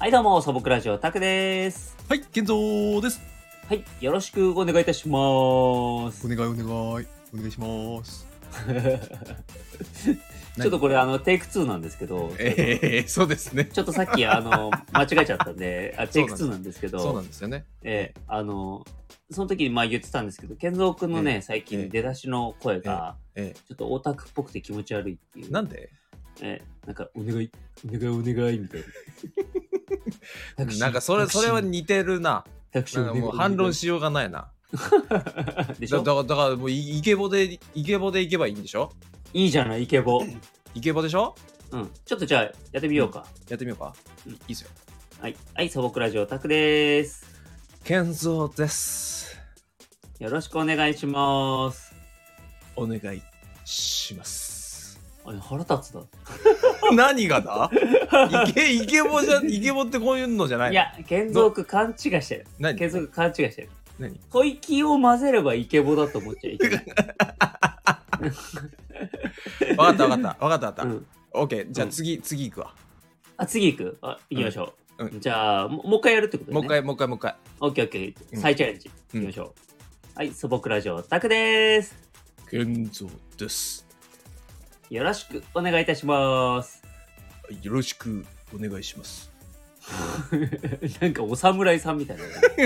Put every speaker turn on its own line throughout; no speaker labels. はい、どうも、素朴ラジオ、タクです。
はい、健三です。
はい、よろしくお願いいたしま
お
す。
願いお願い。お願いします。
ちょっとこれ、あの、テイク2なんですけど、
ええそうですね。
ちょっとさっき、あ の、間違えちゃったんで、あ、テイク2なんですけ
そうな
ど、
んですよね。
ええあの、その時に、まあ言ってたんですけど、健三くんの
え
ね、
え
最
え
近
え
出だしの声が、
え
ちょっとオタクっぽくて気持ち悪いってい
え
う。
なんで
ええなんか、お願い、お願い、お願い、みたいなタクシー。
なんかそれ、
タクシー
それは似てるな。
タクシー
なん
お
か
願い
もう反論しようがないな。
でし
だ
ょ
だから、だからもうイイケボで、イケボで行けばいいんでしょ
いいじゃない、イケボ。
イケボでしょ
うん。ちょっとじゃあ、やってみようか。
やってみようか。
うん
いいっすよ。
はい、はい、素朴ラジオタクです。
健三です。
よろしくお願いします。
お願いします。
あれ腹立つ
何がだ イケ、イケボじゃ、イケボってこういうのじゃない
だ。い、
の
や、健三君勘違いしてる。
何
健三君勘違いしてる。
何
吐息を混ぜればイケボだと思っちゃいけない。
わかったわかった。わかったわか
う
った。
ん、
オッケー。じゃあ
うん
次、次行くわ。
あ、次行く。あ、行きましょう。
うんう
じゃあも、もう一回やるってことね。
もう一。回、もう一回、もう一回。
オッケーオッケ
う
ー。
ん
再チャレンジ。行きましょう。はい、素朴ラジオタクです。
健三です。
よろしくお願いいたします。
よろしくお願いします。
なんかお侍さんみたいな。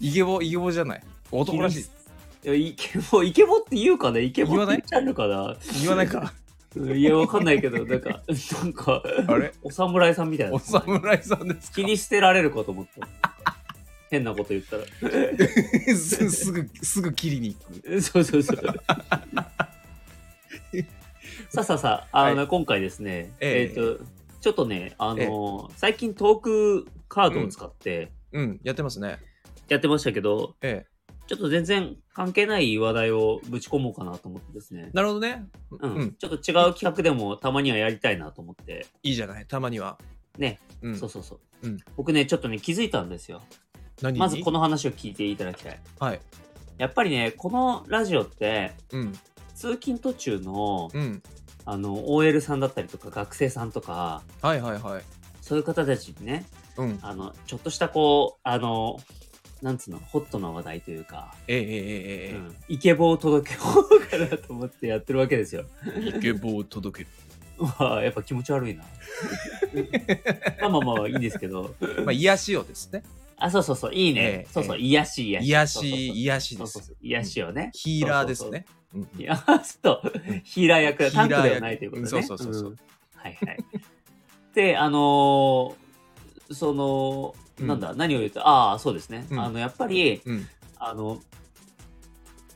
イケボ、イケボじゃない。男らしい。
いやイケボ、イケボって言うかなイケボ
言わ
って
ない
言っちゃうのかな
言わないか。
うんいや、わかんないけど、なんか、なんか、
あれ
お侍さんみたい
お
な。
侍さんです
切り捨てられるかと思った。変なこと言ったら。
か すすぐ、すぐ切りに行く。
そうそうそう。さあさあさあ、あの、
は
今回ですね、えっ、
ええ
と、ちょっとね、あの最近トークカードを使って
うん、やってますね。
やってましたけど、
え
ちょっと全然関係ない話題をぶち込もうかなと思ってですね
え。。なるほどね。う
うん
ん、
ちょっと違う企画でもたまにはやりたいなと思って、
いいじゃない。たまには。
ね、
うん、
そうそうそう、
うん
僕ね、ちょっとね、気づいたんですよ。
何に
まずこの話を聞いていただきたい。
はい。
やっぱりね、このラジオって、
うん、
通勤途中の
うん。
あの OL さんだったりとか学生さんとか
はいはいはい。
そういう方たちにね
うん。
あのちょっとしたこうあのなんつうのホットな話題というか、
えええ
う
ええ
ん、イケボを届けようかなと思ってやってるわけですよ。
えええイケボを届け
うわやっぱ気持ち 悪いな。まあまあまあいいんですけど
る。まあ、癒しをですね。
あそうそうそういいね、
ええ
そうそう
え
癒やし癒
癒
やし
し、癒し
そ
で
うそうそ
す
う。癒やしをね、
ヒーラーですね。うんうん
いや、そう、ヒーラー役だ、
ヒ
タン
ー
ク
ラー役
ではないということね。
うんそうそうそうそうん
はいはい。で、あのーその、
うん
なんだ、何を言うと、ああ、そうですね。
うん
あの、やっぱり、
うん。
あの、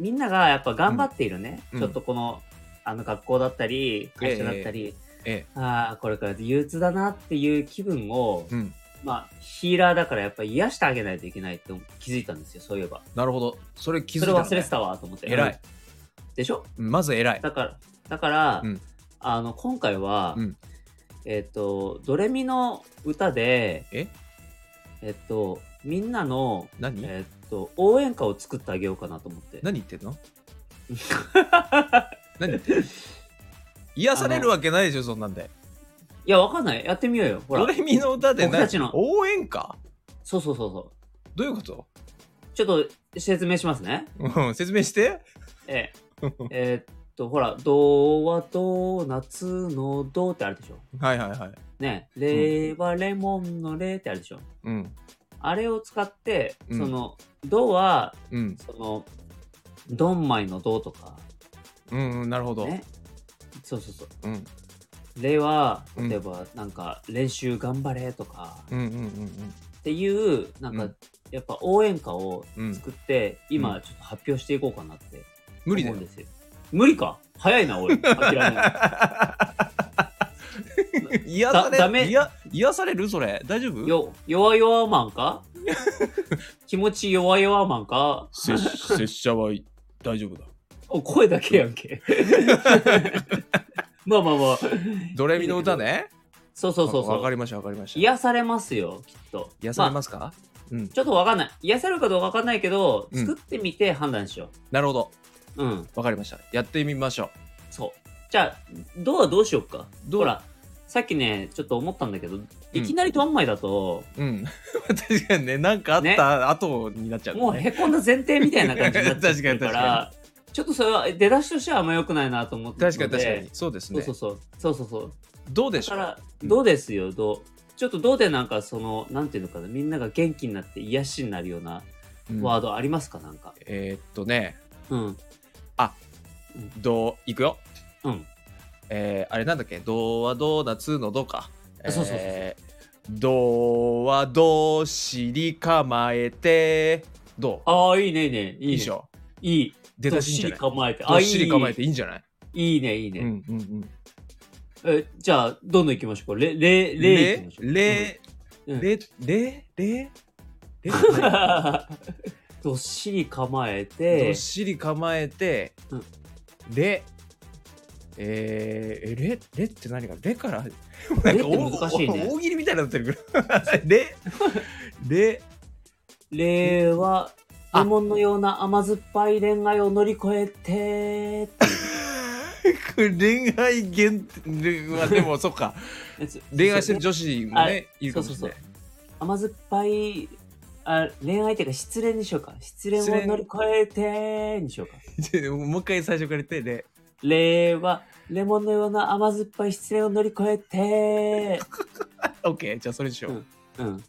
みんながやっぱ頑張っているね、
うん
ちょっとこの、あの、学校だったり、会社だったり、
え
ああ、これから憂鬱だなっていう気分を、
え。うん。
まあ、ヒーラーだからやっぱり癒してあげないといけないって気づいたんですよ、そういえば。
なるほど。それ気づい
そ
た
れ
のね、
忘れてたわ、と思って。
偉い。
でしょ
うんまず偉い。
だから、だから、
うん
あの今回は、
うん
えっ、と、ドレミの歌で、
え
えっと、みんなの、
何、
えっと、応援歌を作ってあげようかなと思って。
何言って んの何言ってんの癒されるわけないでしょそんなんで
いや、わかんない。やってみようよ。ほら
ド。レミの歌で
僕たちの
応援歌
そうそうそうそう。
どういうこと、
ちょっと説明しますね。
うん、説明して
え ええっと、ほら、ドはドーナツのドってあるでしょ。
はいはいはい
ね。レはレモンのレってあるでしょ。
うん
あれを使って、
うん
その、ドは
うん
そのドンマイの「ド」とか
うんうんなるほど、
ねそうそうそう
うん
「れ」は
うん
例えばなんか「練習頑張れ」とか
うんうんうん
っていうなん
う
か
ん
やっぱ応援歌を
うんうん
作って
う
今ちょっと発表していこうかなって
無理だ
思う
よ
んですよ無理か早いな俺諦めない
癒
だ
さ
ダ
れ
メ
る癒癒されるそれ大丈 夫
よ弱々マンか気持ち弱々マンか
拙拙者は大丈夫だ
お声だけやん けまあまあまあ
ドレミの歌ね
そうそうそう
わわ
そ
か
う
りましたわかりました
癒されますよきっと
癒されますか、うん
ちょっとわかんない。癒されるかどうかわかんないけど、
うん
作ってみて判断しよ
なるほど
う。うん。
わかりましたやってみましょう
そう。じゃあ、どうはどうしようか。
どう
ほら、さっきね、ちょっと思ったんだけど、いきなりドンマイだと、
うん。 確かにね、なんかあっ
ね
た後になっちゃう、ね。
もうへこんだ前提みたいな感じになっちゃってる
確か
か
に
ら
確か、
ちょっとそれは出だしとしてはあんま良くないなと思って
確かに
の
確
で
かに。そうですね。
そうそうそう。そうそうそう。
どうで
だ
し
か
ょう
ら、
うん
どうですよ、どう。ちょっとどうでなんかその、なんていうのかな、みんなが元気になって癒しになるような
うん
ワードありますか、なんか。
えーっとね、
うん。
どう、いくよ。
うん。
えー、あれなんだっけ、どうはドーナツのどうか。えー
そうそうそうそう
どうはどうしり構えて、ど
ああ、いいね、いいね。
う
いい
い
ね
いでし。ょ
いい。
出
ど
だ
っ
しいいん
し
じゃ
り
ない
構えて。
どっしり構え
い
ていいんじゃない
い。いいね、いいね。
うんうんうん。
えじゃあ、どんどん行きましょうか。れ、れ、れ、
れ
行、きましょう
れ、
うん
れ、れ、れ、れ、
うんどっしり構え
ど
て
っ、しり構えて
うん、
れ、えー、れ、れって何か、れから、
れっ
なん
て
かお
難しいね
お大喜利みたいになってるから。 れ、れ、
れは、レ
あ
モンのような甘酸っぱい恋愛を乗り越えて、
恋愛限定、 まあでもそっか、 恋愛してる女子もね、いるかもしれない。
甘酸っぱいあ恋愛っていうか失恋にしようか失恋
失
を
恋
乗り越えてにしようか
もう一回最初から言って、れ、
レはレモンのような甘酸っぱい失恋を乗り越えて
オッケー、じゃあそれでしょう。
うん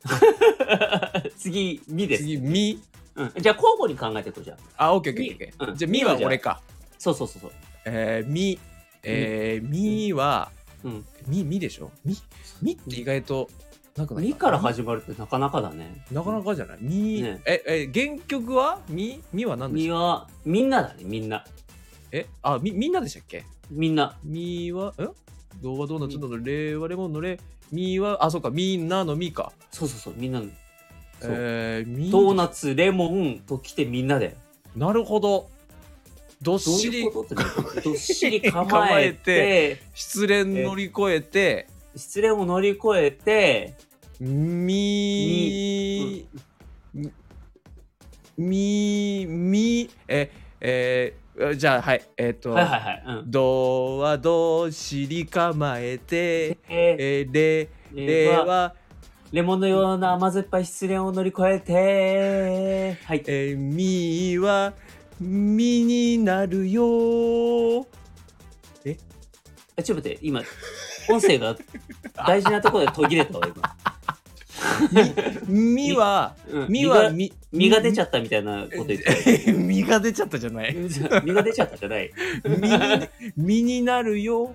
次ミです、
次、み、
うん、じゃあ交互に考えていこうじゃあ
あ、オッケーオッケーオッ
み
ケ
う
ー。
ん
じゃあ、みは俺か。
そうそうそうそう
えー、み、えー、みは、
うん
み、みでしょみ、みって意外と、なくない
ミから始まるってなかなかだね
なかなかじゃないみ、
ね
え、え、原曲はみ、みは何でし
ミ
た
はみんなだねみんな
え、あ、み、みんなでしたっけ
みんな
みは、んどうはドーナツのれはレモンのれ、みは、あ、そうか、みんなのみか。
そうそうそうみんなのそう、
えー、み、
ドーナツレモンときてみんなだよ
なるほど。どっ
どう
し
い
り
う、ことってどっしり構えて
失恋乗り越えて、
失恋を乗り越えて、
み、み、み、え、えー、じゃあ、はい、えっ、と、
はいはいはい。うん、
どはどしり構えて、
え
えれ、
ー
れ
レは
は、
レモンのような甘酸っぱい失恋を乗り越えて、はい。
えー、みは、みになるよー。
あちょっと待って、今、音声が大事なところで途切れたわ、
みは、
今。うん
みは、
身が
み、
身が出ちゃ
っ
ったみたいなこと言って
た。み が出ちゃったじゃない。
た。身が出ちゃったじゃない。
み、みになるよ。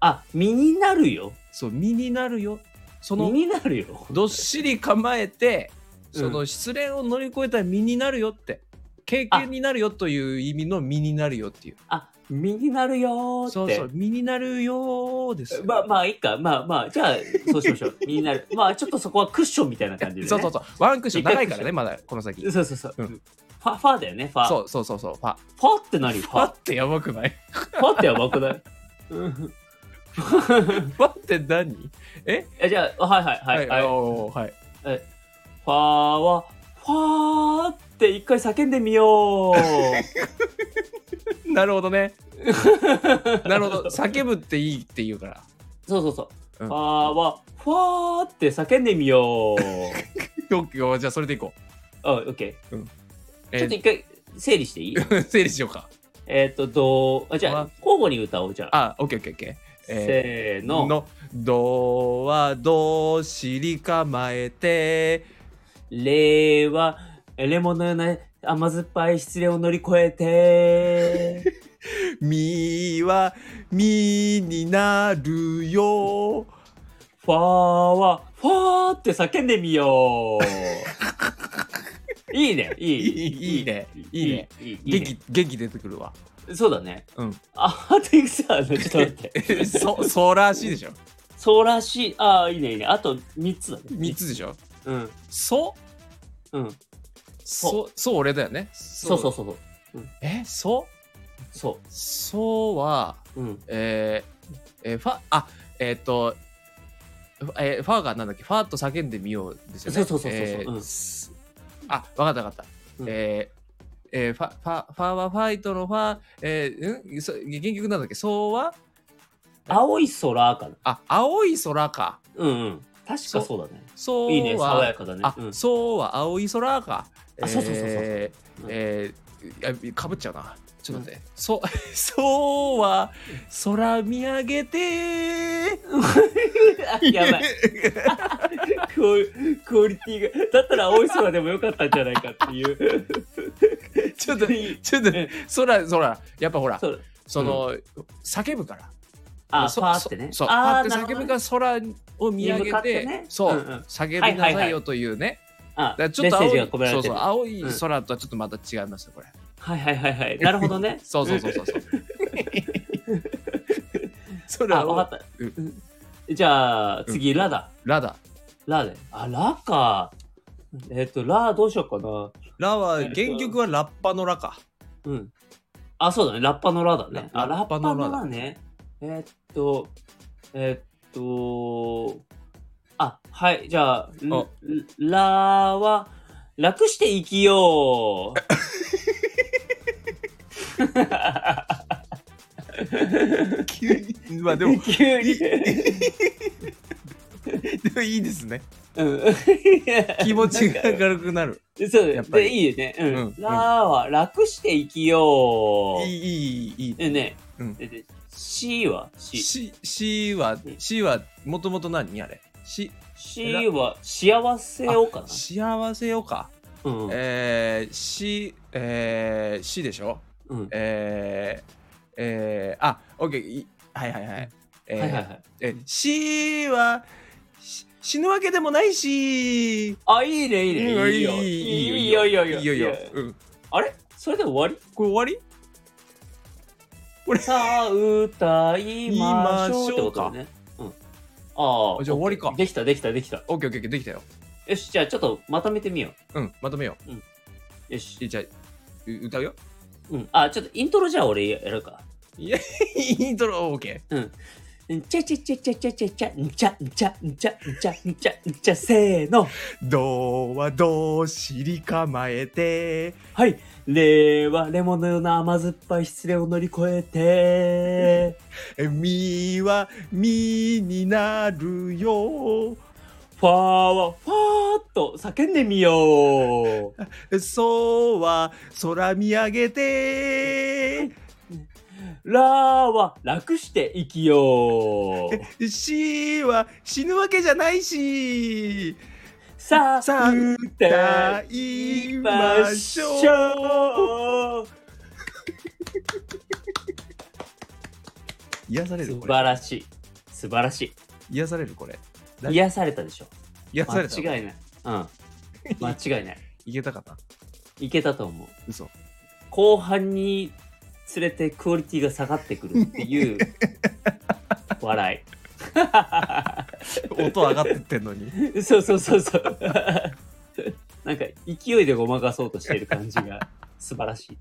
あ、身になるよ。
そう、みになるよ。そ
身
の、
になるよ。
どっしり構えて、
うん
その失恋を乗り越えた身になるよって、経験になるよという意味の身になるよっていう。
あ、身になるよーって。
そうそう、身になるよーです。
まあまあ、いいか。まあまあ、じゃあ、そうしまし ょう。身になる。まあ、ちょっとそこはクッションみたいな感じで、ね。
そうそうそう、ワンクッション長いか
一回クッ
ら
ショ
ね、まだこの先。
そうそうそう。
うん
ファ、ファだよね、ファ。
そうそうそうそう、ファ。
ファって何フ
ファ
ァ
ってやばくない
ファってやばくないうん
ファって何え
えじゃあ、はいはいはい。はい、
おーはい。
ファは、ファーって一回叫んでみよう。
なるほどね。 なるほ ど。叫ぶっていいって言うから。
そうそうそう。
うん
ファは、ファーって叫んでみよ う。
よくよ、じゃあそれでいこう。
あ、オッケー。
え
ちょっと一回整理 していい
ー整理しようか。
えっと、どう、あ、じゃあ
わ、
交互に歌おう、じゃあ。
あ、オッケーオッケーオッケー。えー
せーの。
どはどしり構えて
レは、レモンのような甘酸っぱい失恋を乗り越え て。
みはみになるよ
ファーは、ファーって叫んでみよう。いいね、いい。
いいいいねいいね。
いいいい
元
ね
気元気出てくるわ
そうだね。
うん。
あ、あといくつあるのちょっと待って。
そそうらしいでしょ
そうらしい。ああ、いいね、いいね。あと三つだね。
三。つでしょ
うん。
そ
うん。
そそう俺だよね
そ
そ
うそうそうそう。
えそ
そ
そうは
う。うん。
えーえーファあえっ、とファえーファーがなんだっけファーと叫んでみようですよね。
そうそうそうそうそう
えー
うん
すあわかったわかった。
うん
えーえーファファファはファイトのファえー、うんそ原曲なんだっけそうは
青い空かな。
あ、青い空か。
うんうん。確かそうだね。
そうは。
いいね、爽やかだね。
あ、
うん、
そうは青い空か。
あそうそうそうそうそう
えー
うん
えーいやかぶっちゃうな。ちょっと待って。そ、 そうは空見上げて。
あ やばい。クオリクオリティが。だったら青い空でもよかったんじゃないかっていう。
ちょっと、ちょっと、空、空、やっぱほら、
そう
その、叫ぶから。
あ、
そ
パーってね。
そそう、パー
あ
って
なるほど
叫ぶ
ね
が空を見上
に向
げ、
かっててね
そ
う
う、
んうん
叫びな
はいは
さい
いは
よというね。
あ
だからちょ
メ
っ
ッ
と
セージ
青
が
い、
込めら
そ
れ
う
て
そう、
る。
青い空とはちょっとまた違いますよ、これ。。
はいはいはいはい。なるほどね
そうそうそうそうそう。それ
あ、
は
わかった。
うん
うんじゃあ、次、ラだ。
ラだ。
ラで。あ、ラか。えっと、ラどうしようかな。
ラは原曲はラッパのラか。
うん。あ、そうだね。ラッパのラだね。あ、
ラ
ラッ
ッパ
パ
のラだ
のラね。えーっと、えーっと、あ、はい。じゃあ、ん
あ
ラは、楽して生きよう。
急に まあでも
急に。
でもいいですね。
うん。
気持ちが明るくなる。
そう
や
だ
っぱり
で、いいよね。うん。
うん
ラは、楽して生きよう。
いいいいいい。
でね、
うん
でで C は C。
C C は C はもともと何あれ。し
C は幸せをかな。
幸せよか。
うんうん
えー、しえー、しでしょ。
うん。
えー、えー、あオッケーいはいはいはい。えー
はいはいはい。
え死はし死ぬわけでもないし。
あ、いいね、いいね。いいよ。い
いい
い
よ
よ、
い
い
い
いよ、いいよ。
よいいよ
いいよ
うん、
あれそれで終わ
これ終わり
りさあ、歌いましょうってことね。うん。ああ。
あじゃあ終わりか
OK できた、できた、できた。
オッケーオッケーオッケーできたよ。
よし、じゃあちょっとまとめてみよ
うん、まとめよ
う。よし。
う。じゃあ、う歌うよ。
うん。あ、ちょっとイントロじゃあ俺やるか。
イントロオッケ
んちゃちゃちゃちゃちゃちゃちゃ、んちゃんちゃんちゃんちゃんちゃんちゃ、せーの。
ー。どうはどうしり構えて。
はい。レはレモンのような甘酸っぱい失恋を乗り越えて、
みはみになるよ。
ファーはファーっと叫んでみよう。
そうは空見上げて。
ラは楽して生きよう。
しは死ぬわけじゃないし。
さあ、
さあ
歌
い
い
ま
ま
し
し
ょう。
ょう。
癒される
素
これ。
晴らしい。素晴らし
癒されるこれ。
い。癒されたでしょ。
癒された。
間違いない。うん。間違いない。
いけたかない
けたと思う。
嘘。
後半につれてクオリティが下がってくるっていう笑
音上がってってんのに。
い そうそうそうそうなんか勢いでごまかそうとしてる感じが素晴らしい、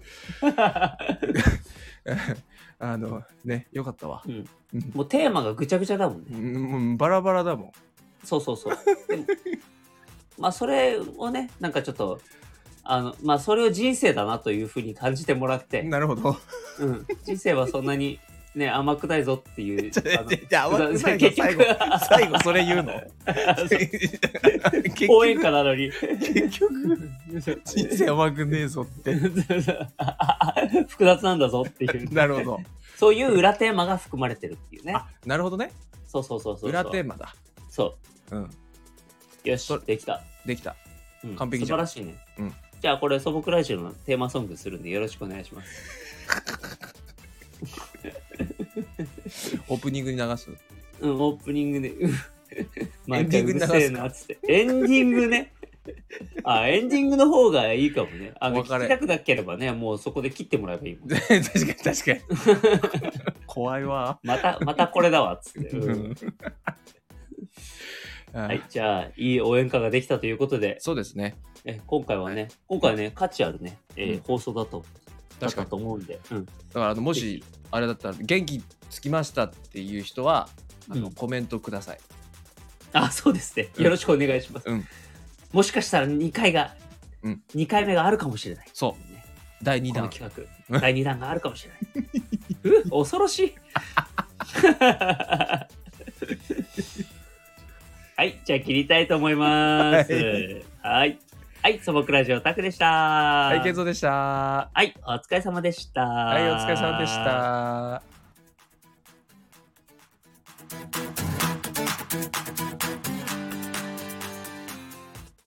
あの、ね、よかったわ。
うん
うん、
もうテーマがぐちゃぐちゃだもんね
うんバラバラだもん。
そうそうそうでも まあそれをねなんかちょっとあのまあそれを人生だなというふうに感じてもらって、
なるほど。
うん、人生はそんなに ね甘くないぞっていうあの
じゃあ、慌てないの
結
最
局
後、最後それ言うの。結
応援
局、
歌なのに
結局、 人生甘くねえぞって。
複雑なんだぞっていう
なるほど。
そういう裏テーマが含まれてるっていうね
あ、なるほどね。
そうそうそうそう
裏テー
マ
マだ。
そ
うん。
うよし
そ
できた、
できた。
うん
完璧じ
素
ゃ
晴
ん
らしいね、
うん
じゃあこれ素朴ラジオのテーマソングするんでよろしくお願いします
オープニングに流す。
うんオープニングでうん
エンディングに流すか
毎回うるせえなっつってエンディングねあエンディングの方がいいかもねあ
お
の
別れ
聞きたくなければねもうそこで切ってもらえばいいもん
確かに、確かに。怖いわ。
ま たまたこれだわっつって、うん
うん
は
あ
いじゃあいい応援歌ができたということで
そうですね。
え今回はね、今回はね、価値あるね、えー
うん
放送だとだっ
確か
た
に。
と思うんで、うん、
だからあのも
ぜ
し
ひ
あれだったら元気つきましたっていう人はあの、
うん
コメントください。
あ、そうですね、
うん
よろしくお願いします。
うん
もしかしたら2回が、
うん
2回目があるかもしれない。
そ
ね
う第2
この
弾
企
うん
画、第2弾があるかもしれない。う恐ろしい。はい、じゃあ切りたいと思います。はい。はい、素朴ラジオタクでした。は
はい、健三でした。
はい、お疲れ様でした。は
はい、お疲れ様でし。た。